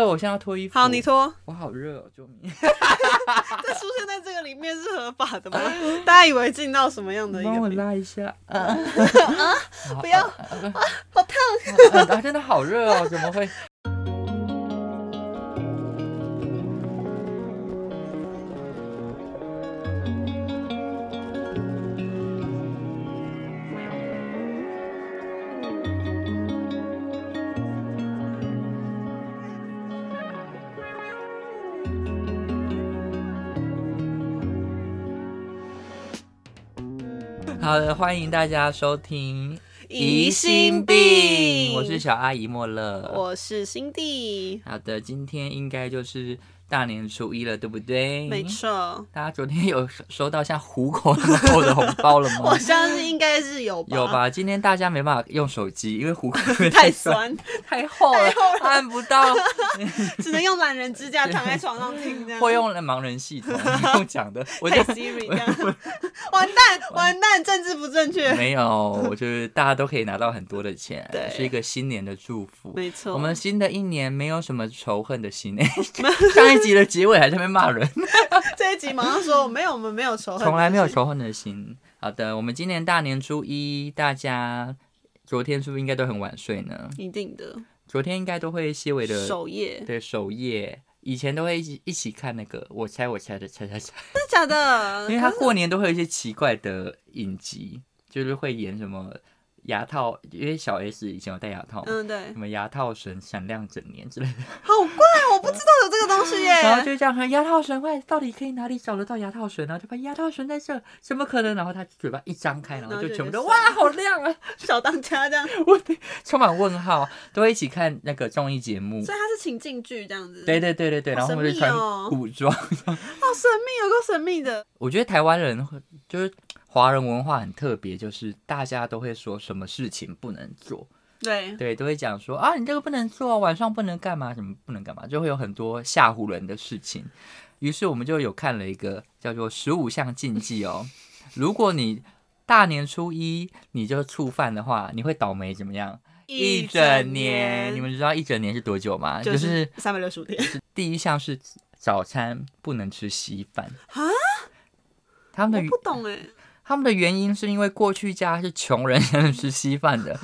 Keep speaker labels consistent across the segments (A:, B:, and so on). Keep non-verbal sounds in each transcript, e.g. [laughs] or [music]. A: 呃我现在要脱衣服。
B: 好，你脱。
A: 我好热、哦，救
B: [laughs]
A: 命！
B: 这出现在这个里面是合法的吗？大家以为进到什么样的一
A: 帮我
B: 个地？
A: 拉一下。啊，
B: 不
A: [laughs]
B: 要，好烫！
A: 啊，真的好热哦，怎么会？好的，欢迎大家收听《我是小阿姨莫乐。
B: 我是辛蒂，
A: 好的，今天应该就是大年初一了，对不对？
B: 没。错，
A: 大家昨天有收收到像虎口那么厚的红包了吗
B: [laughs] 我？相信应该是有吧，
A: 有？吧？今天大家没办法用手机，因为虎口
B: [laughs] 太酸，
A: 太厚了，按不到，
B: 只能用懒人支架躺在床上听
A: [laughs]
B: 这样。
A: 或用了盲人系统，不用讲的， [laughs] 我
B: [laughs] 太
A: 就
B: Siri 这样， [laughs] 完蛋完蛋，政治不正确。
A: 没有，就是大家都可以拿到很多的钱
B: 对，
A: 是一个新年的祝福。
B: 没错，
A: 我们新的一年没有什么仇恨的心，
B: [laughs]
A: 上一集的结尾还在那边骂人，
B: 这一集马上说，没有，我们没有仇恨，
A: 从来没有仇恨的心。好的，我们今年大年初一，大家昨天是不是应该都很晚睡呢？
B: 一定的
A: 昨天应该都会些微的
B: 首页，
A: 对首页，以前都会一起一起看那个我猜我猜的猜猜猜，
B: 真的假的
A: 因？为他过年都会有一些奇怪的影集，就是会演什么牙套，因为小 S 以前有戴牙套嘛，
B: 嗯，对
A: 什，么牙套神闪亮整年之类的。
B: 好怪，我不知道有这个东西
A: [laughs] 然后
B: 耶。
A: 就这样看牙套神外到底可以哪里找得到牙套神，然后就把牙套神在这，怎么可能？然后他嘴巴一张开，然后就全部都
B: 然
A: 哇，好亮啊，
B: 小当家这样，所
A: 充满问号，都会一起看那个综艺节目。
B: 以它是情境剧这样子，
A: 对对对对对，
B: 好
A: 然后我们就
B: 神秘
A: 穿
B: 哦
A: 古装。 [laughs]
B: 好神秘，有够神秘的，
A: 我觉得台湾人会就是华人文化很特别，就是大家都会说什么事情不能做，
B: 对，
A: 对，都会讲说啊，你这个不能做，晚上不能干嘛，什么不能干嘛，就会有很多吓唬人的事情。于是我们就有看了一个叫做《十五项禁忌》哦，如果你大年初一你就触犯的话，你会倒霉怎么样？整你们知道一整年是多久吗？就
B: 就是是三百六十五天，
A: 第一项是早餐不能吃稀饭
B: 啊。
A: 他们的
B: 我
A: 原
B: 不懂哎，
A: [laughs] 他们的原因是因为过去家是穷人 [laughs] 才能吃稀饭的，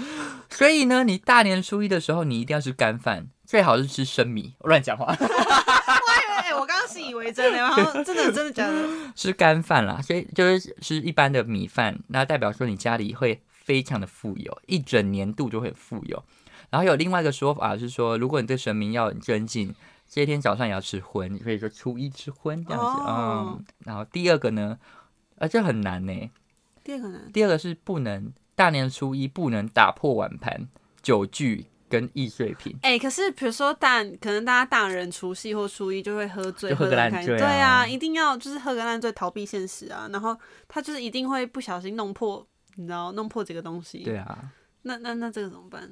A: 所以呢，你大年初一的时候，你一定要吃干饭，最好是吃生米。我乱讲话，
B: 哎哎，我刚刚信以为真的，然后真的真的假的，
A: 吃干饭啦，所以就是吃一般的米饭，那代表说你家里会非常的富有，一整年度就会很富有。然后有另外一个说法是说，如果你对神明要很尊敬，这一天早上也要吃荤，所以说初一吃荤这样子。
B: 哦
A: 嗯，然后第二个呢，啊，这很难呢、
B: 第二个呢，
A: 第二个是不能大年初一不能打破碗盘、酒具跟易碎品。
B: 哎、可是比如说大，可能大家大人除夕或初一就会喝醉，
A: 就喝
B: 喝
A: 个
B: 得
A: 烂
B: 很开心
A: 醉啊
B: 对啊，一定要就是喝个烂醉，逃避现实啊。然后他就是一定会不小心弄破，你知道，弄破这个东西。
A: 对啊，
B: 那那那这个怎么办？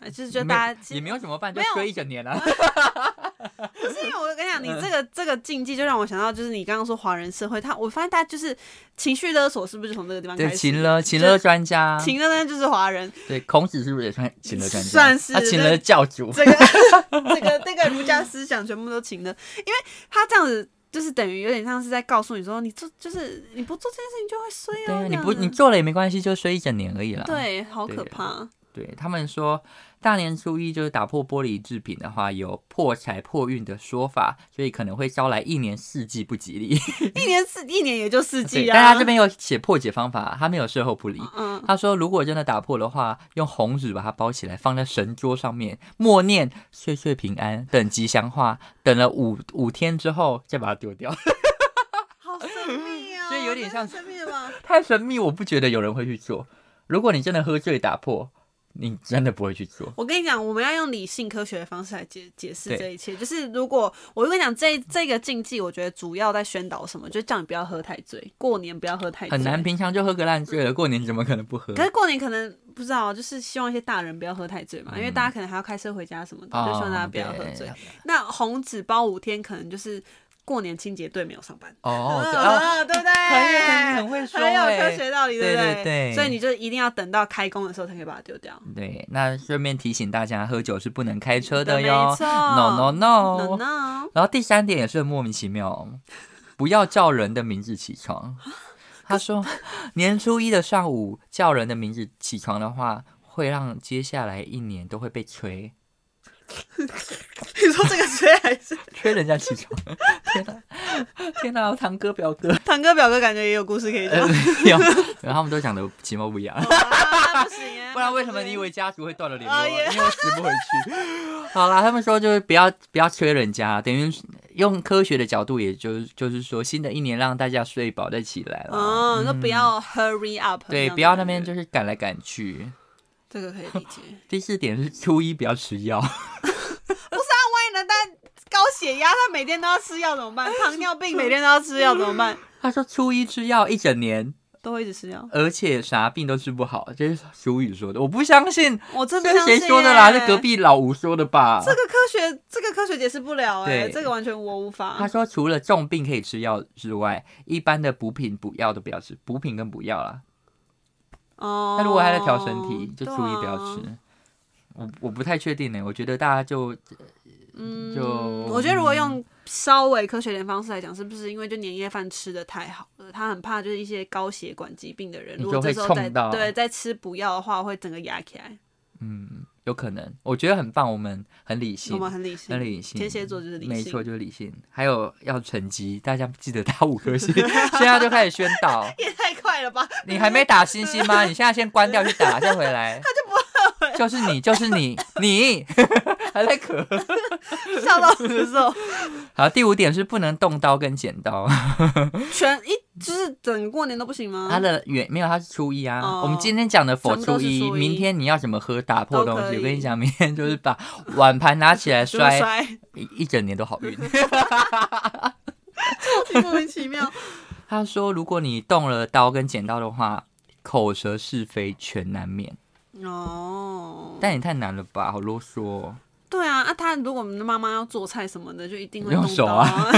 B: 哎，就是觉得大家
A: 也没有怎么办，就
B: 没有
A: 睡一整年了、
B: 不是因为我跟你
A: 嗯
B: 讲，你这个这个禁忌就让我想到，就是你刚刚说华人社会，他我发现大家就是情绪勒索，是不是从这个地方开
A: 对，
B: 始？
A: 情勒，情勒专家，
B: 情勒呢就是
A: [laughs]
B: 华人，
A: 对，孔子是不是也算情勒专家？
B: 算是
A: 他情勒教主。
B: 这个这个这个儒家思想全部都请的，因为他这样子就是等于有点像是在告诉你说，你做就是你不做这件事情就会
A: [laughs]
B: 衰
A: 对
B: 哦、
A: 啊，
B: 这
A: 你
B: 样
A: 不
B: 子
A: 你做了也没关系，就睡一整年而已啦。
B: 对，好
A: 对啊
B: 可怕，
A: 对，他们说大年初一就是打破玻璃制品的话，有破财破运的说法，所以可能会招来一年四季不吉利。
B: 一年四一年也就四
A: 对，
B: 季啊。
A: 但他这边有写破解方法，他没有事后不理。
B: 嗯，
A: 他说，如果真的打破的话，用红纸把它包起来，放在神桌上面，默念“岁岁平安”等吉祥话。等了五五天之后，再把它丢掉。
B: 好神秘
A: [laughs]
B: 啊、
A: 所以有点像
B: 太神秘了吧？
A: 太神秘，我不觉得有人会去做。如果你真的喝醉打破，你真的不会去做。
B: 我跟你讲，我们要用理性科学的方式来解解释
A: 对
B: 这一切。就是如果我跟你讲，这这个禁忌，我觉得主要在宣导什么，就是叫你不要喝太醉，过年不要喝太醉，
A: 很难，平常就喝个烂醉了，过年怎么可能不喝
B: 可？是过年可能不知道，就是希望一些大人不要喝太醉嘛，因为
A: 嗯
B: 大家可能还要开车回家什么的，就希望大家不要喝醉
A: 哦。
B: 那红纸包五天，可能就是过年清洁队没有上班。
A: 哦，对哦，
B: 啊，对不对？
A: 很很很会说
B: 很有科
A: 欸
B: 学道理，不
A: 对
B: 对
A: 对对
B: 所以你就一定要等到开工的时候才可以把它丢掉。
A: 对，那顺便提醒大家，喝酒是不能开车的
B: 没
A: 哟。
B: 错
A: no no
B: no
A: no。
B: no，
A: 然后第三点也是很莫名其妙哦，不要叫人的名字起床。
B: 啊
A: 他说，年初一的上午叫人的名字起床的话，会让接下来一年都会被催，
B: [laughs] 你说这个谁还
A: [laughs]
B: 是
A: 催人家起床。天哪、天哪、堂哥表哥
B: 堂哥表哥？感觉也有故事可以讲。
A: [laughs] 没有，然后他们都讲的其貌不扬。
B: 哇不行
A: [laughs] 呃
B: 啊
A: 不然为什么你以为家族会断了联络？
B: 哦耶
A: 因为我死不回去。 [laughs] 好啦，他们说就是不要不要催人家，等于用科学的角度，也就是就是说，新的一年让大家睡饱再起来了。
B: 嗯，那不要 hurry up，
A: 对，
B: 样
A: 不要那
B: 的
A: 边
B: 感觉
A: 就是赶来赶去。
B: 这个可以理解。
A: [laughs] 第四点是初一不要吃药，
B: 万一人他高血压，他每天都要吃药怎
A: [laughs]
B: 么办？糖尿病每天都要吃药怎么办？
A: 他说初一吃药一整年，
B: 都会一直吃药。
A: 而且啥病都治不好，这是俗语说的，我不相信，
B: 我真不
A: 这
B: 相
A: 是谁
B: 信
A: 说的啦？
B: 耶
A: 是隔。壁老吴说的吧？
B: 这个科学，这个科学解释不了哎、
A: 对
B: 这个完全我无法。
A: 他说，除了重病可以吃药之外，一般的补品补药都不要吃，补品跟补药啦。
B: 哦，
A: 那如果还在调身体，就
B: 对
A: 初一不要
B: 啊
A: 吃。我我不太确定呢，我觉得大家就
B: 嗯，
A: 就嗯
B: 我觉得如果用稍微科学点方式来讲，是不是因为就年夜饭吃的太好了，他很怕就是一些高血管疾病的人，
A: 你
B: 如
A: 就
B: 果这
A: 会
B: 时候再
A: 冲到
B: 对再吃补药的话，会整个压起来。
A: 嗯有可能，我觉得很棒，我们很理性
B: 我，们很理性，
A: 很理性，
B: 天蝎座就是理性，
A: 没错，就是理性。还有要成绩，大家记得打五颗
B: [laughs]
A: 星，现在就开始宣导。
B: 也太快了吧？
A: 你还没打星星
B: [laughs]
A: 吗？你现在先关掉去打，再回来。他就不会，就是你，就是你，
B: [laughs]
A: 你还在咳。
B: 笑到死的时候，
A: 好，第五点是不能动刀跟剪刀。
B: 嗯全一就是整个过年都不行吗？
A: 它的原没有，它是初一啊。
B: 哦
A: 我们今天讲的否
B: 全部都
A: 初
B: 是
A: 一，
B: 初一
A: 明天你要怎么喝打破东
B: 都可以
A: 西？我跟你讲，明天就是把碗盘拿起来
B: 怎么 [laughs]
A: 摔，
B: 摔，
A: 一一整年都好
B: [laughs]
A: 运。
B: 超级莫名其妙。
A: [laughs] 他说，如果你动了刀跟剪刀的话，口舌是非全难免。
B: 哦，
A: 但也太难了吧，好啰嗦、哦。
B: 对啊，啊，他如果我们的妈妈要做菜什么的，就一定会
A: 用
B: 动
A: 手
B: 刀
A: 啊。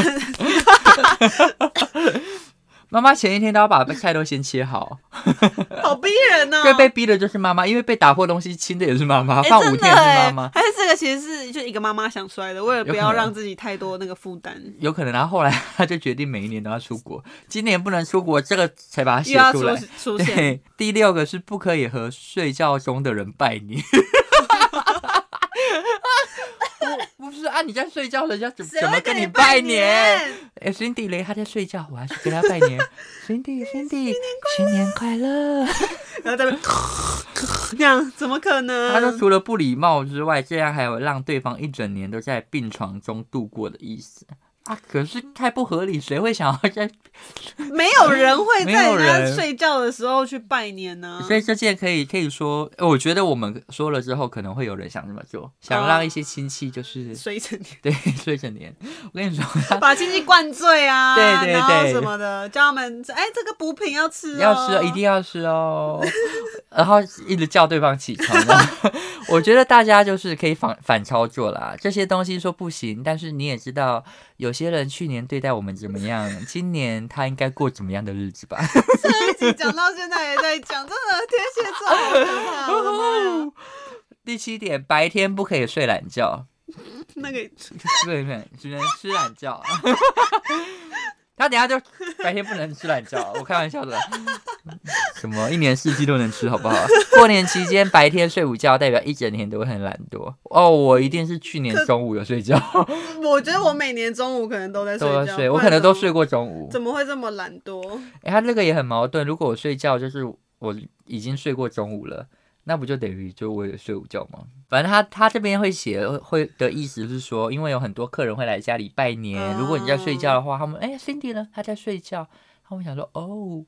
A: 妈妈前一天都要把菜都先切好，
B: [laughs] 好逼人哦
A: [laughs]
B: 呢、
A: 最被逼的就是妈妈，因为被打破东西亲的也是妈妈，
B: 啊哎
A: 放五
B: 真的
A: 天也是
B: 哎，
A: 妈妈。
B: 还是这个其实是就一个妈妈想摔的，为了不
A: 有可
B: 要
A: 能
B: 让自己太多那个负担，
A: 有可能，然后后来他就决定每一年都要出国，今年不能出国，这个才把它
B: 又
A: 写
B: 要
A: 出
B: 出
A: 来。
B: 出现。
A: 对，第六个是不可以和睡觉中的人拜
B: [laughs]
A: 年。不不是啊，你在睡觉，人家怎
B: 谁
A: 怎么
B: 会
A: 跟
B: 你
A: 你拜年？
B: 年？
A: 哎，Cindy 嘞，他在睡觉，我还去跟他拜年。Cindy，Cindy，新
B: [laughs]
A: 年快乐！
B: 然后在那边这样，怎么可能？
A: 他说除了不礼貌之外，这样还有让对方一整年都在病床中度过的意思啊。可是太不合理，谁会想要在
B: 没有人会
A: 没
B: 在
A: 有
B: 人
A: 人
B: 家睡觉的时候去拜年呢、
A: 所以这件可以可以说，呃我觉得我们说了之后，可能会有人想这么做，想让一些亲戚就是、 [laughs]
B: 睡成年，
A: 对睡着年。我跟你说，他
B: 把亲戚灌醉啊，
A: 对对
B: 然后
A: 对
B: 什么的，叫他们哎，这个补品要吃、哦，
A: 要吃哦一定要吃哦， [laughs] 然后一直叫对方起床。 [laughs] 我觉得大家就是可以反反操作啦，这些东西说不行，但是你也知道，有些人去年对待我们怎么样，今年他应该过怎么样的日子吧。
B: [laughs] 上一集讲到现在也在讲，真的天蝎座好可怕，我的哦妈呀，
A: [laughs] 第七点，白天不可以睡懒觉。
B: 那个
A: [laughs] 对对，只能吃懒觉。 [laughs] 他等下就白天不能吃懒觉，我开玩笑的。什么一年四季都能吃，好不好？ [laughs] 过年期间白天睡午觉，代表一整年都会很懒惰。哦，我一定是去年中午有睡觉，
B: 我觉得我每年中午可能都在睡
A: [laughs] 都
B: 觉，
A: 要睡，
B: 不
A: 我
B: 然
A: 可能都
B: 怎么
A: 睡。过中午。
B: 怎么会这么懒惰？
A: 哎、他这个也很矛盾。如果我睡觉，就是我已经睡过中午了，那不就等于就我也睡午觉吗？反正他他这边会写会的意思是说，因为有很多客人会来家里拜年，如果你在睡觉的话，他们哎、Cindy 呢？他在睡觉，他们想说哦，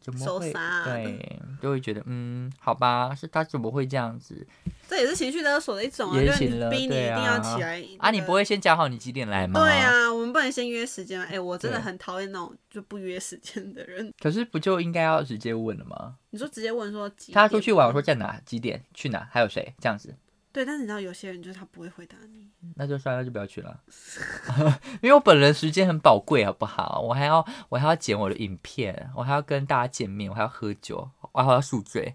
A: 怎么
B: 手
A: 会
B: 傻？
A: 对，就会觉得嗯，好吧，是他怎么会这样子
B: 这也是情绪勒索的一种啊，
A: 也
B: 就是你
A: 行了
B: 逼你一
A: 对
B: 定
A: 啊
B: 要起来
A: 啊？你不
B: 会？
A: 会先讲好你几点来吗？
B: 对。啊，我们不能先约时间吗？哎、我真的
A: 对
B: 很讨厌那种就不约时间的人。
A: 可是不就应该要直接问了吗？
B: 你说直接问说几点？
A: 他出去玩，我说在哪？几点？去哪？还有谁？这样子。
B: 对，但是你知道有些人就是他不会回答
A: [laughs]
B: 你，
A: 那就算了，就不要去了， [laughs] 因为我本人时间很宝贵，好不好？我还要我还要剪我的影片，我还要跟大家见面，我还要喝酒，我还要宿醉。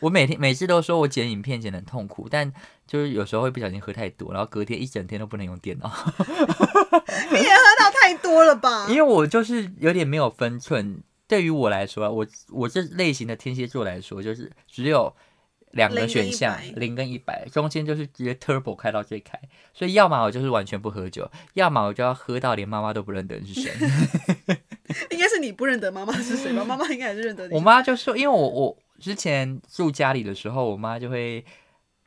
A: 我每天每次都说我剪影片剪得很痛苦，但就是有时候会不小心喝太多，然后隔天一整天都不能用电脑，
B: 你也喝到太多了吧？
A: [laughs] 因为我就是有点没有分寸。对于我来说啊，我我这类型的天蝎座来说，就是只有两个
B: 零跟
A: 选项，
B: 100
A: 零跟一百，中间就是直接 turbo 开到最开，所以要么我就是完全不喝酒，要么我就要喝到连妈妈都不认得是
B: [laughs]
A: 谁。
B: 应该是你不认得妈妈
A: [laughs]
B: 是谁吧？妈妈应该还是认得你。
A: 我妈就说，因为我我之前住家里的时候，我妈就会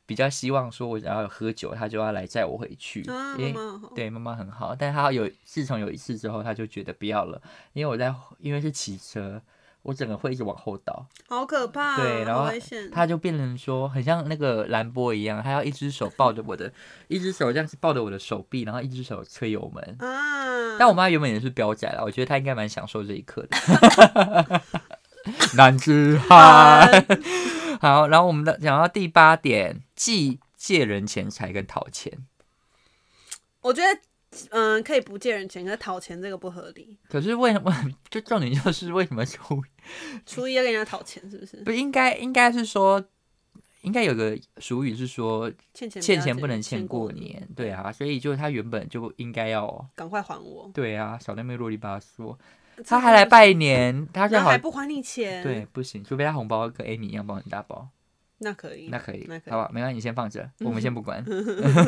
A: 比较希望说，我只要有喝酒，她就要来载我回去，
B: 啊，
A: 因为
B: 妈妈好
A: 对妈妈很好，但她有自从有一次之后，她就觉得不要了，因为我在因为是骑车，我整个会一直往后倒，
B: 好可怕、啊，
A: 对然后
B: 好危险。
A: 她就变成说很像那个兰波一样，她要一只手抱着我的，一只手这样子抱着我的手臂，然后一只手吹油门。
B: 啊，
A: 但我妈原本也是标仔啦，我觉得她应该蛮享受这一刻的。男子
B: 啊
A: 汉。
B: [laughs]
A: 好，然后我们的讲到第八点，既借人钱财跟讨钱。
B: 我觉得，嗯、可以不借人钱，可是讨钱这个不合理。
A: 可是为什么？ [laughs] 就重点就是为什么初
B: 初一要跟人家讨钱，是不是？
A: 不应该应该是说，应该有个俗语是说
B: 欠钱
A: 欠
B: 要
A: 钱不能
B: 欠
A: 欠过，年，对啊，所以就是他原本就应该要
B: 赶快还我。
A: 对啊，小妹妹啰里吧嗦，他还来，拜年，他最
B: 然后
A: 好
B: 还不还你钱，
A: 对，不行，除非他红包跟 Amy 一样包很大包。
B: 那可以，
A: 那可以
B: 嗯那，可以
A: 好吧，没关系，你先放
B: [laughs]
A: 着，我们先不管。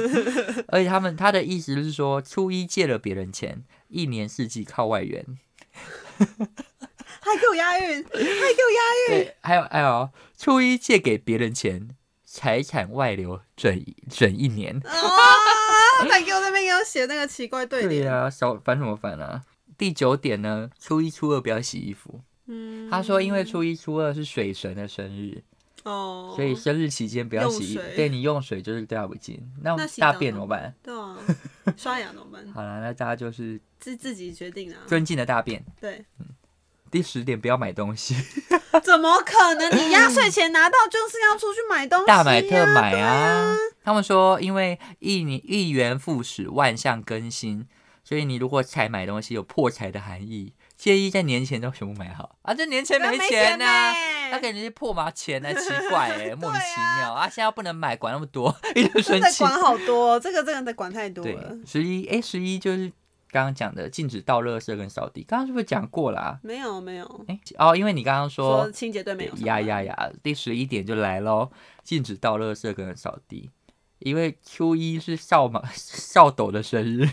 A: [laughs] 而且他们他的意思是说，初一借了别人钱，一年四季靠外援。
B: 哎还给我
A: [laughs]
B: 押韵，还给我押
A: 对，还有还有，初一借给别人钱，财产外流整一整一年。 [laughs]
B: 韵啊！还给我那边给我写那个奇怪对
A: 对啊
B: 联，
A: 呀、小烦什么烦啊？第九点呢，初一初二不要洗衣服。
B: 嗯，
A: 他说，因为初一初二是水神的生日，
B: 哦，
A: 所以生日期间不要
B: 用
A: 洗衣服
B: 水。
A: 对你用水就是对他不敬。那
B: 那洗
A: 大
B: 澡
A: 便
B: 呢
A: 怎么办？
B: 对
A: [laughs]
B: 啊，刷牙怎么办？
A: 好了，那大家就是
B: 自自己决定啊，
A: 尊敬的大便。
B: 对，
A: 第十点，不要买东西，
B: 怎么可能？你压岁钱拿到就是要出去买东西、
A: 大买特买
B: 对
A: 啊！他们说，因为一年一元复始，万象更新，所以你如果才买东西有破财的含义，建议在年前都全部买好啊！这年前没钱呢、
B: 啊
A: 那感觉是破毛钱呢、奇
B: [laughs]
A: 怪哎、莫名其
B: 对啊
A: 妙啊！现在不能买，管那么多， [laughs] 一直
B: 真
A: 生
B: 的
A: 气。
B: 管好多，这个真的管太多
A: 对
B: 了。，
A: 十一哎，十一就是刚刚讲的禁止倒垃圾跟扫地，刚刚是不是讲过啦、
B: 没有没有，
A: 哎、哦，因为你刚刚说
B: 说清洁队没有上
A: 呀
B: 班
A: 呀呀！第十一点就来喽，禁止倒垃圾跟扫地，因为初一是扫码 [laughs] 扫斗的生
B: [laughs]
A: 日，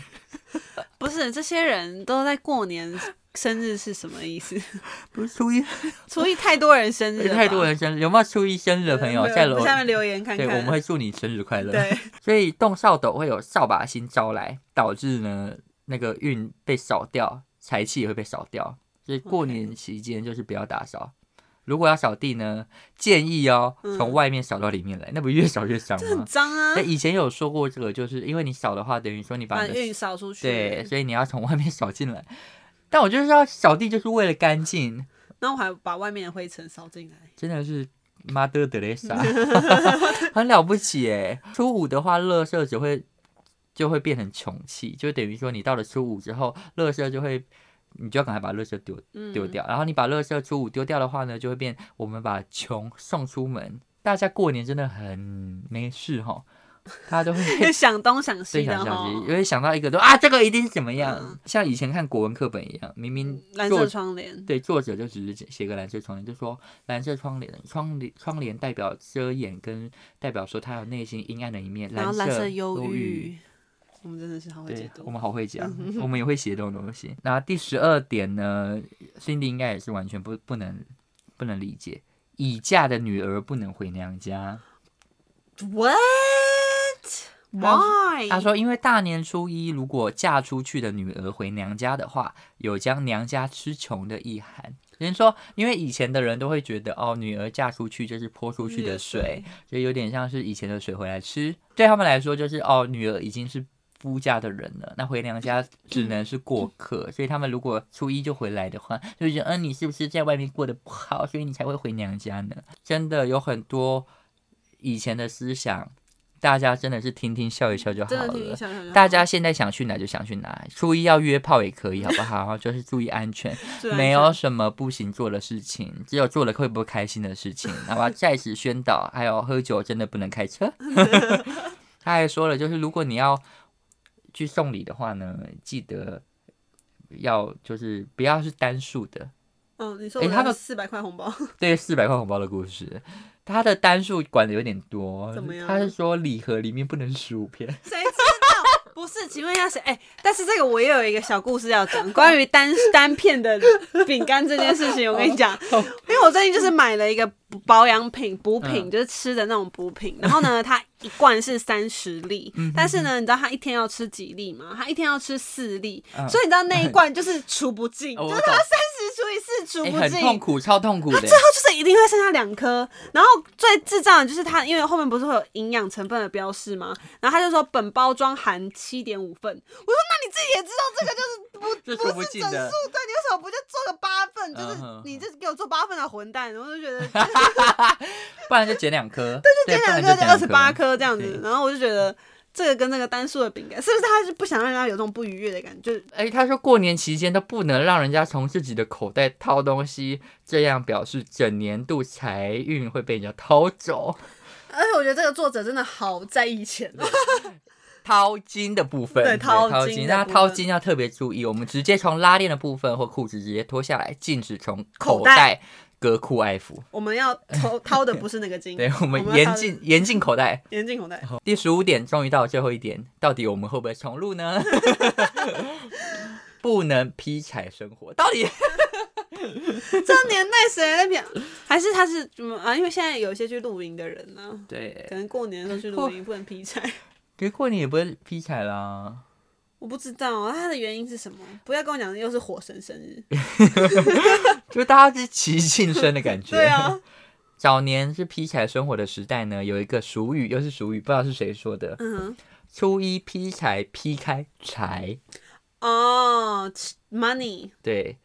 B: 不是这些人都在过年生日是什么意思？
A: 不是初一，
B: 初一太多人生日了吧，
A: [laughs]
B: 呃
A: 太多人生日，有没有初一生日的朋友
B: 没有
A: 在
B: 我
A: 楼
B: 们？下面留言看
A: 对，
B: 看。
A: 我们会祝你生日快乐。 [laughs]
B: 对
A: 所以动扫斗会有扫把星招来，导致呢那个运被扫掉，财气也会被扫掉。所以过
B: OK
A: 年期间就是不要打扫。如果要扫地呢，建议哦
B: 嗯
A: 从外面扫到里面来，那不越扫越脏
B: 这
A: 吗哎
B: 很？脏啊
A: 那，以前有说过这个，就是因为你扫的话，等于说你把
B: 把
A: 你的
B: 运扫出去。
A: 对，，所以你要从外面扫进来。但我就是要扫地，就是为了干净，
B: 那我还把外面的灰尘扫进来。
A: 真的是妈的德蕾
B: [laughs]
A: 莎，很了不起哎。初五的话，垃圾只会就会变成穷气，就等于说你到了初五之后，垃圾就会。你就要赶快把垃圾丢
B: 嗯，
A: 丢掉，然后你把垃圾初五丢掉的话呢，就会变我们把穷送出门。大家过年真的很没事哈，大家都会
B: 就 [laughs] 想东想
A: 对，
B: 西的
A: 想
B: 哈
A: 象，
B: [laughs]
A: 机，因为想到一个说啊，这个一定是怎么样，
B: 嗯
A: 像以前看国文课本一样，明明
B: 蓝
A: 作
B: 色窗帘，
A: 对作者就只是写写个蓝色窗帘，就说蓝色窗帘，窗帘窗帘代表遮掩，跟代表说他有内心阴暗的一面，
B: 然后蓝
A: 蓝
B: 色
A: 忧
B: 忧。郁，我嗯们真的是好会
A: 对
B: 解，
A: 我
B: 读。
A: 们好会讲， [laughs] 我们也会写这种东西。那第十二点呢，Cindy 应该也是完全不不能不能理解，已嫁的女儿不能回娘家。
B: What? Why?
A: 他说，因为大年初一如果嫁出去的女儿回娘家的话，有将娘家吃穷的意涵。人说，因为以前的人都会觉得，哦，女儿嫁出去就是泼出去的水，，所以有点像是以前的水回来吃。对他们来说，就是哦，女儿已经是夫家的人了，那回娘家只能是过客。所以他们如果初一就回来的话，就会觉得，嗯、你是不是在外面过得不好，所以你才会回娘家呢？真的有很多以前的思想大家真的是听听笑一笑就好
B: 真的听
A: 了
B: 你。想想就好，
A: 大家现在想去哪就想去哪，初一要约炮也可以，好不
B: [laughs]
A: 好？就是注意安全，
B: 最安
A: 没
B: 全
A: 有什么不行做的事情，只有做了会不会开心的事情。好吧，再次宣导，还有喝酒真的不能开
B: [laughs]
A: 车。他还说了，就是如果你要去送礼的话呢，记得要就是不要是单数的，
B: 嗯，你说
A: 诶
B: 我
A: 他
B: 要
A: 们
B: 四百块红包， [laughs]
A: 对四百块红包的故事，他的单数管的有点多
B: 怎么样，
A: 他是说礼盒里面不能十五片。
B: 谁知道？不是，请问一下谁？哎、但是这个我也有一个小故事要讲，关于单单片的饼干这件事情。我跟
A: [laughs]
B: 你讲，
A: 哦
B: 因为我最近就是买了一个保养品补品，
A: 嗯
B: 就是吃的那种补品。然后呢，它一罐是三十粒，
A: 嗯
B: 但是呢，你知道它一天要吃几粒吗？它一天要吃四粒，
A: 嗯
B: 所以你知道那一罐就是除不尽，
A: 哦我
B: 就
A: 懂
B: 是它三十除以四除
A: 哎、
B: 不
A: 很
B: 尽。
A: 痛苦，超痛
B: [laughs]
A: 苦的。
B: 它就是一定会剩下两颗。然后最智障的就是它，因为后面不是会有营养成分的标示吗？然后他就说本包装含七点五份。我说那你自己也知道这个就是
A: 这
B: 不
A: 数
B: 不
A: 不
B: 是
A: 尽
B: 整数，对，你
A: 的
B: 为什么不就做个八份？就
A: 嗯
B: 是
A: 哼
B: 你这给我做八份的混蛋，我就觉得
A: 不然就减两颗，
B: 这
A: [laughs] 对不
B: 两
A: 然
B: 颗就
A: 减
B: 二十八
A: 两颗。
B: 颗这样子
A: 对，
B: 然后我就觉得。这个跟那个单数的饼干，是不是他是不想让人家有这种不愉悦的感觉？就是
A: 哎、他说过年期间都不能让人家从自己的口袋掏东西，这样表示整年度财运会被人家掏走。
B: 而且我觉得这个作者真的好在意钱哦。
A: 掏金的部分，
B: 对掏
A: 掏
B: 金的
A: 那
B: 部分
A: 掏金要特别注意，我们直接从拉链的部分或裤子直接脱下来，禁止从
B: 口
A: 口
B: 袋
A: 袋隔裤爱抚。
B: 我们要掏
A: [laughs]
B: 掏的不是那个金，
A: 对嗯我们哦
B: 要
A: 严
B: 掏的
A: 禁严禁口袋。
B: 严禁口袋。
A: 第十五点，终于到了最后一点，到底我们会不会重录 [laughs] 呢？不能劈柴生活，到底
B: 这年代谁在表？还是他是嗯啊？因为现在有一些去露营的人呢、
A: 对
B: 可，能过年的时候去露营不能劈柴， [laughs]
A: 可是过年也不会劈柴啦。
B: 我不知道啊他的原因是什么。不要跟我讲又是火神生日，
A: 就大家是齐庆生的感觉。
B: [laughs] 对，啊，
A: [laughs] 早年是劈柴生活的时代呢，有一个俗语，又是俗语，不知道是谁说的。
B: 嗯
A: 初一劈柴，劈开柴，
B: 哼，哦吃，money，
A: 对，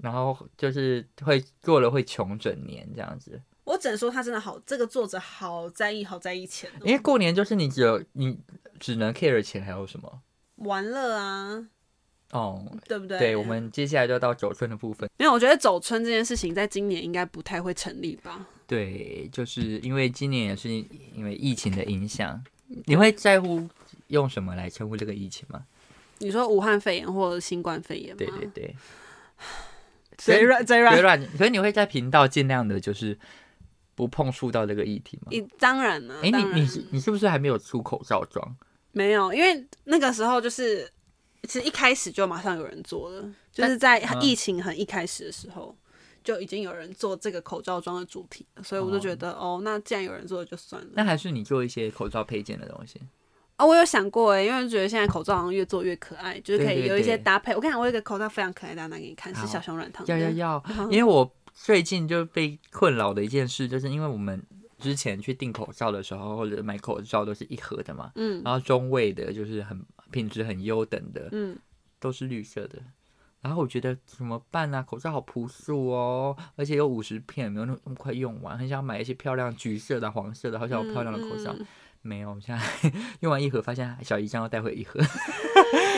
A: 然后就是会做了会穷整年这样子。
B: 我只能说他真的好，这个作者好在意，好在意钱、
A: 因为
B: 哦，
A: 过年就是你只有你只能 care 钱，还有什么？
B: 玩乐啊，
A: 哦、
B: 对不对？
A: 对，我们接下来就要到九寸的部分。
B: 没有，我觉得走春这件事情在今年应该不太会成立吧。
A: 对，就是因为今年也是因为疫情的影响，你会在乎用什么来称呼这个疫情吗？
B: 你说武汉肺炎或者新冠肺炎吗？
A: 对对对，
B: 嘴软嘴
A: 微
B: 软，
A: 软，所以你会在频道尽量的就是不碰触到这个议题吗？
B: 你当然了、啊，
A: 哎、
B: 当
A: 你
B: 然
A: 你是你是不是还没有出口罩装？
B: 没有，因为那个时候就是，其实一开始就马上有人做了，就是在
A: 嗯
B: 疫情很一开始的时候，就已经有人做这个口罩装的主题了，所以我就
A: 哦
B: 觉得，哦那既然有人做了，就算了。
A: 那还是你做一些口罩配件的东西？
B: 啊、我有想过哎、因为觉得现在口罩好像越做越可爱，就是可
A: 对
B: 以
A: 对
B: 有一些
A: 对
B: 搭配。我跟你讲，我有一个口罩非常可爱，大家拿给你看，是
A: 好
B: 小熊软糖的。
A: 要要要！因为我最近就被困扰的一件事，就是因为我们之前去订口罩的时候，或者买口罩都是一盒的嘛，
B: 嗯
A: 然后中位的就是很品质很优等的，
B: 嗯，
A: 都是绿色的。然后我觉得怎么办呢、口罩好朴素哦，而且有五十片，没有那么那么快用完，很想买一些漂亮橘色的、黄色的，好想有漂亮的口罩。
B: 嗯
A: [laughs] 没有，现在 [laughs] 用完一盒，发现小姨这样要带回一盒，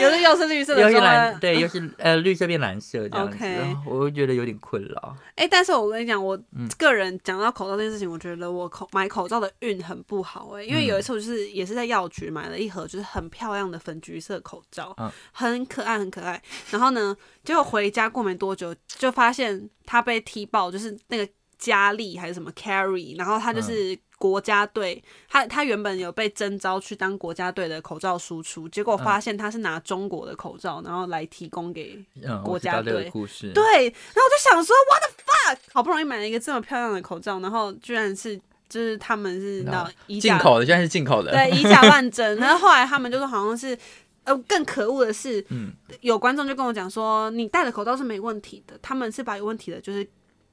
B: 有的又是绿色的，啊
A: 又是
B: 装在
A: 蓝，对，又是呃绿色变蓝色这样子
B: OK
A: 然后我就觉得有点困扰。
B: 哎、但是我跟你讲，我
A: 嗯
B: 个人讲到口罩这件事情，我觉得我口买口罩的运很不好哎、因
A: 嗯
B: 为有一次我就是也是在药局买了一盒，就是很漂亮的粉橘色口罩，
A: 嗯
B: 很可爱很可爱。然后呢，结果回家过没多久，就发现它被踢爆，就是那个佳丽还是什么 carry，然
A: 嗯
B: 后他就是国家队，他他原本有被征召去当国家队的口罩输出，结
A: 嗯
B: 果发现他是拿中国的口罩，然后来提供给
A: 嗯，
B: 国
A: 我知
B: 家
A: 道这
B: 队
A: 个故事。
B: 对，然后我就想说，what the fuck，好不容易买了一个这么漂亮的口罩，然后居然是就是他们是
A: 然后
B: 那以
A: 进
B: 假
A: 口的，现在是进口的。
B: 对以假乱真， [laughs] 然后后来他们就说好像是。呃，更可恶的是，
A: 嗯
B: 有观众就跟我讲说，你戴的口罩是没问题的，他们是把有问题的，就是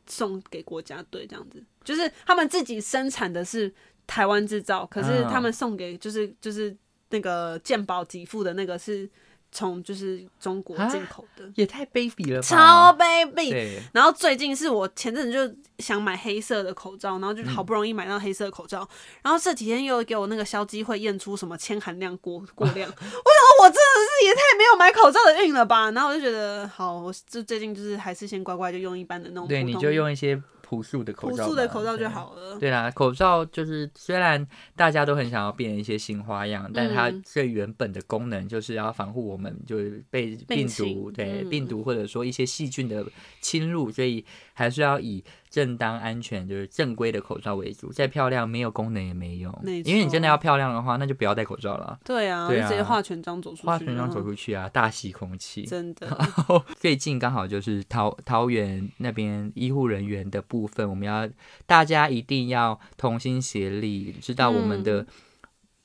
B: 送给国家队这样子，就是他们自己生产的是台湾制造，可是
A: 嗯
B: 他们送给就是就是那个健保给付的那个是从就是中
A: 啊
B: 国进口的，
A: 也太卑鄙了吧！
B: 超卑鄙。
A: 对，
B: 然后最近是我前阵子就想买黑色的口罩，然后就
A: 嗯
B: 好不容易买到黑色的口罩，然后这几天又给我那个消基会验出什么铅含量过过
A: [laughs]
B: 量，我想说我真的是也太没有买口罩的运了吧，然后我就觉得好，我就最近就是还是先乖乖就用一般的那种，
A: 对，你就用一些朴素的口
B: 朴
A: 罩吧，
B: 素的口罩
A: 对
B: 就。好了。
A: 对啦，口罩就是虽然大家都很想要变一些新花样，但它
B: 嗯
A: 最原本的功能就是要防护我们就是被病毒
B: 情
A: 对
B: 嗯
A: 病毒或者说一些细菌的侵入，所以还是要以正当、安全就是正规的口罩为主。再漂亮没有功能也没用，
B: 没
A: 因为你真的
B: 错
A: 要漂亮的话，那就不要戴口罩了，
B: 对啊，
A: 对啊
B: 就直接化全妆走出去，
A: 化全妆走
B: 去，
A: 出去啊，大吸空气。
B: 真的。
A: [laughs] 最近刚好就是桃桃园那边医护人员的部分，我们要大家一定要同心协力，知道我们的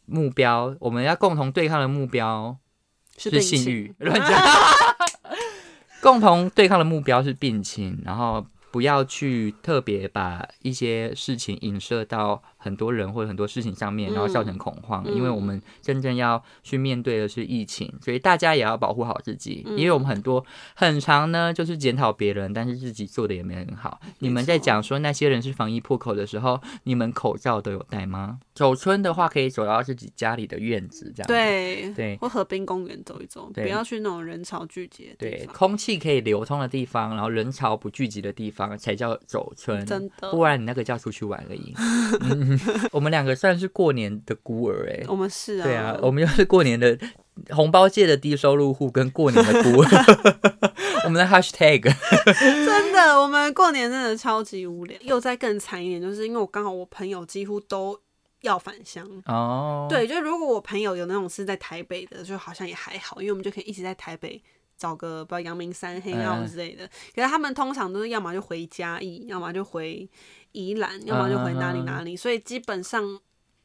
A: 目标，我们要共同对抗的目标
B: 是
A: 是
B: 病
A: 性 [laughs]
B: 情
A: 欲，乱讲。共同对抗的目标是病情，然后不要去特别把一些事情影射到很多人或者很多事情上面，
B: 嗯
A: 然后造成恐慌。
B: 嗯
A: 因为我们真正要去面对的是疫情，所以大家也要保护好自己。
B: 嗯
A: 因为我们很多很长呢，就是检讨别人，但是自己做的也没很好。你们在讲说那些人是防疫破口的时候，你们口罩都有戴吗？走春的话，可以走到自己家里的院子这样。。
B: 对
A: 啊对
B: 或河滨公园走一走，
A: 对
B: 不要去那种人潮聚集的地
A: 对，
B: 方，
A: 空气可以流通的地方，然后人潮不聚集的地方，才叫走春。
B: 真的。
A: 不然你那个叫出去玩而
B: [laughs]
A: 已。嗯我们两个算是过年的孤儿哎、
B: 我们是啊，
A: 对啊，我们又是过年的红包界的低收入户跟过年的
B: [laughs]
A: 孤儿。我们的 hashtag
B: 真的，我们过年真的超级无聊。又再更惨一点，就是因为我刚好我朋友几乎都要返乡。
A: 哦，
B: 对，就如果我朋友有那种是在台北的，就好像也还好，因为我们就可以一起在台北找个，不知道阳明山、黑澳之类的。可是他们通常都是要么就回嘉义，要么就回宜兰，要么就回哪里哪里，所以基本上。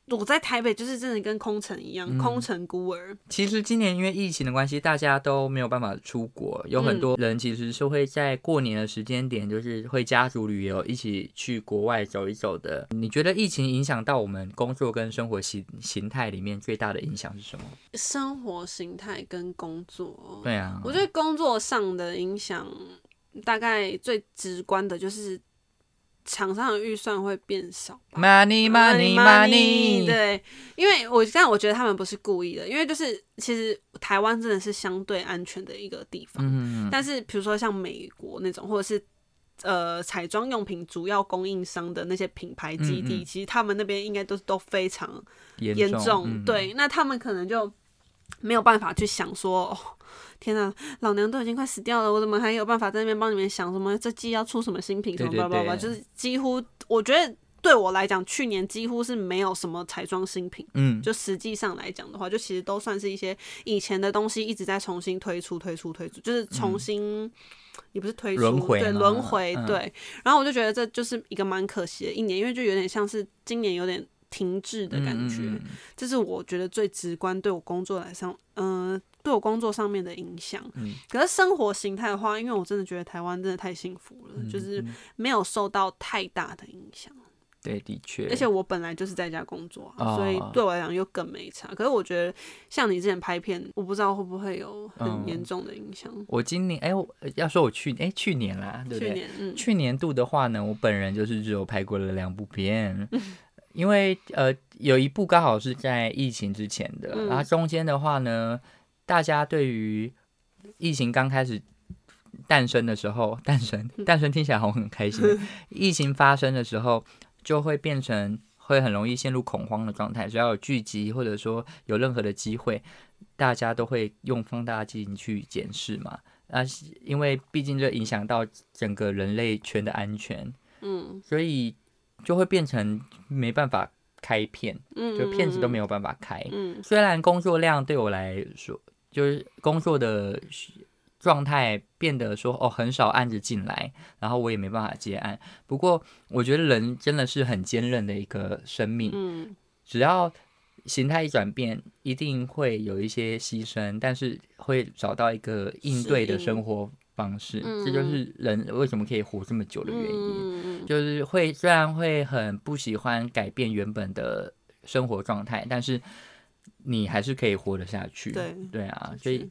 B: 我在台北就是真的跟空城一样，空城孤儿。
A: 其实今年因为疫情的关系，大家都没有办法出国，有很多人其实是会在过年的时间点，就是会家族旅游，一起去国外走一走的。你觉得疫情影响到我们工作跟生活形形态里面最大的影响是什么？
B: 生活形态跟工作，
A: 对啊，
B: 我觉得工作上的影响，大概最直观的就是厂商的预算会变少吧。
A: money money money，
B: 对，因为我但我觉得他们不是故意的，因为就是其实台湾真的是相对安全的一个地方，
A: 嗯，
B: 但是比如说像美国那种，或者是呃彩妆用品主要供应商的那些品牌基地，
A: 嗯嗯
B: 其实他们那边应该都都非常
A: 严
B: 严
A: 重，
B: 重，
A: 嗯，
B: 对，那他们可能就没有办法去想说，哦，天哪，老娘都已经快死掉了，我怎么还有办法在那边帮你们想什么这季要出什么新品什么
A: 对对
B: 吧吧
A: 对
B: 吧，就是几乎我觉得对我来讲，去年几乎是没有什么彩妆新品。
A: 嗯，
B: 就实际上来讲的话，就其实都算是一些以前的东西一直在重新推出、推出、推出，就是重新、也不是推
A: 嗯
B: 出，
A: 轮回
B: 对
A: 嘛
B: 轮回、
A: 嗯
B: 对。然后我就觉得这就是一个蛮可惜的一年，因为就有点像是今年有点停滞的
A: 嗯
B: 感觉。
A: 嗯嗯
B: 这是我觉得最直观对我工作来上，嗯、对我工作上面的影响。
A: 嗯
B: 可是生活形态的话，因为我真的觉得台湾真的太幸福了，
A: 嗯
B: 就是没有受到太大的影响。
A: 对，的确，
B: 而且我本来就是在家工作、啊，
A: 哦
B: 所以对我来讲又更没差。可是我觉得像你之前拍片，我不知道会不会有很
A: 嗯
B: 严重的影响。
A: 我今年哎，我要说我去哎去年啦，对不
B: 去
A: 对？
B: 年，嗯，
A: 去年度的话呢，我本人就是只有拍过了两部片，因为呃有一部刚好是在疫情之前的，
B: 嗯
A: 然后中间的话呢，大家对于疫情刚开始诞生的时候，诞生诞生听起来好像很开心，疫情发生的时候就会变成。会很容易陷入恐慌的状态，只要有聚集或者说有任何的机会，大家都会用放大镜去检视嘛。啊，因为毕竟这影响到整个人类圈的安全，
B: 嗯
A: 所以就会变成没办法开片，
B: 嗯，
A: 就片子都没
B: 有，
A: 有办法开。
B: 嗯
A: 虽然工作量对我来说，就是工作的状态变得说哦很少案子进来，然后我也没办法接案。不过我觉得人真的是很坚韧的一个生命，
B: 嗯
A: 只要形态一转变，一定会有一些牺牲，但是会找到一个应对的
B: 适应
A: 生活方式，
B: 嗯
A: 这就是人为什么可以活这么久的原因。
B: 嗯嗯
A: 就是会虽然会很不喜欢改变原本的生活状态，但是你还是可以活得下去。
B: 对
A: 啊，
B: 嗯，
A: 所以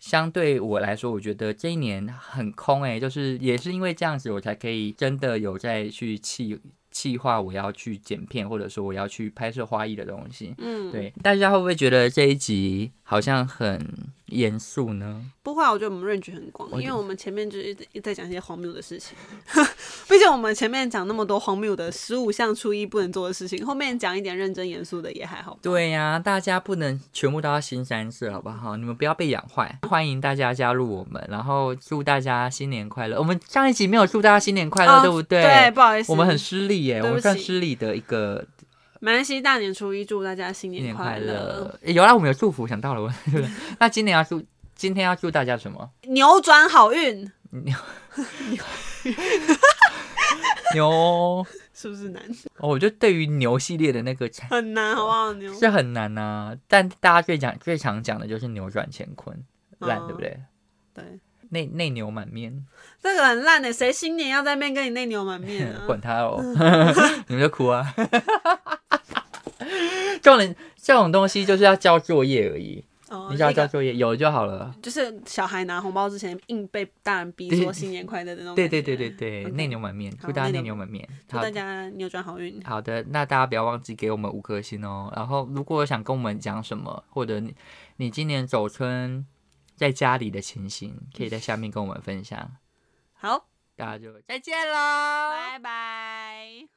A: 相对我来说，我觉得这一年很空哎、就是也是因为这样子，我才可以真的有在去计计划我要去剪片，或者说我要去拍摄花艺的东西。
B: 嗯，，
A: 对，大家会不会觉得这一集好像很严肃呢？
B: 不会啊，我觉得我们 range 很广，
A: 我
B: 因为我们前面就是一直一直在讲一些荒谬的事情。 [laughs] 毕竟我们前面讲那么多荒谬的十五项初一不能做的事情，后面讲一点认真严肃的也还好。
A: 对呀、大家不能全部都要新三色，好不好？你们不要被养坏。欢迎大家加入我们，然后祝大家新年快乐。我们上一集没有祝大家新年快乐，
B: 哦
A: 对不对？
B: 对，，不好意思，
A: 我们很失礼耶，
B: 对不
A: 我
B: 起
A: 们算失礼的一个
B: 马来西亚大年初一，祝大家新
A: 新
B: 年
A: 年快
B: 乐，
A: 乐。诶有啦，我们有祝福，想到了我。 [laughs] 那今年要祝，今天要祝大家什么？
B: 扭转好运，
A: 牛哦，
B: 是不是难？
A: 我觉得对于牛系列的那个
B: 很难，好不好？牛
A: 是很难呐、但大家最讲最常讲的就是扭转乾坤，烂、
B: 哦
A: 对不对？
B: 对，
A: 内内牛满面，
B: 这个很烂的，谁新年要在面跟你内牛满面
A: [laughs]
B: 啊？
A: 管他哦，
B: 嗯
A: [laughs] 你们就哭啊。这种这种东西就是要交作业而已，
B: 哦
A: 你只要
B: 那个哦
A: 交作业有就好了。
B: 就是小孩拿红包之前硬被大人逼说新年快乐的那种。
A: 对对对对，对，
B: OK
A: 内牛满面，祝
B: 好
A: 大家
B: 内
A: 内牛
B: 牛
A: 满面。
B: 祝
A: 好
B: 大家扭转好运。
A: 好的，那大家不要忘记给我们五颗星哦。然后，如果想跟我们讲什么，或者你你今年走春在家里的情形，可以在下面跟我们分享。
B: 好，
A: 大家就再见喽，
B: 拜拜。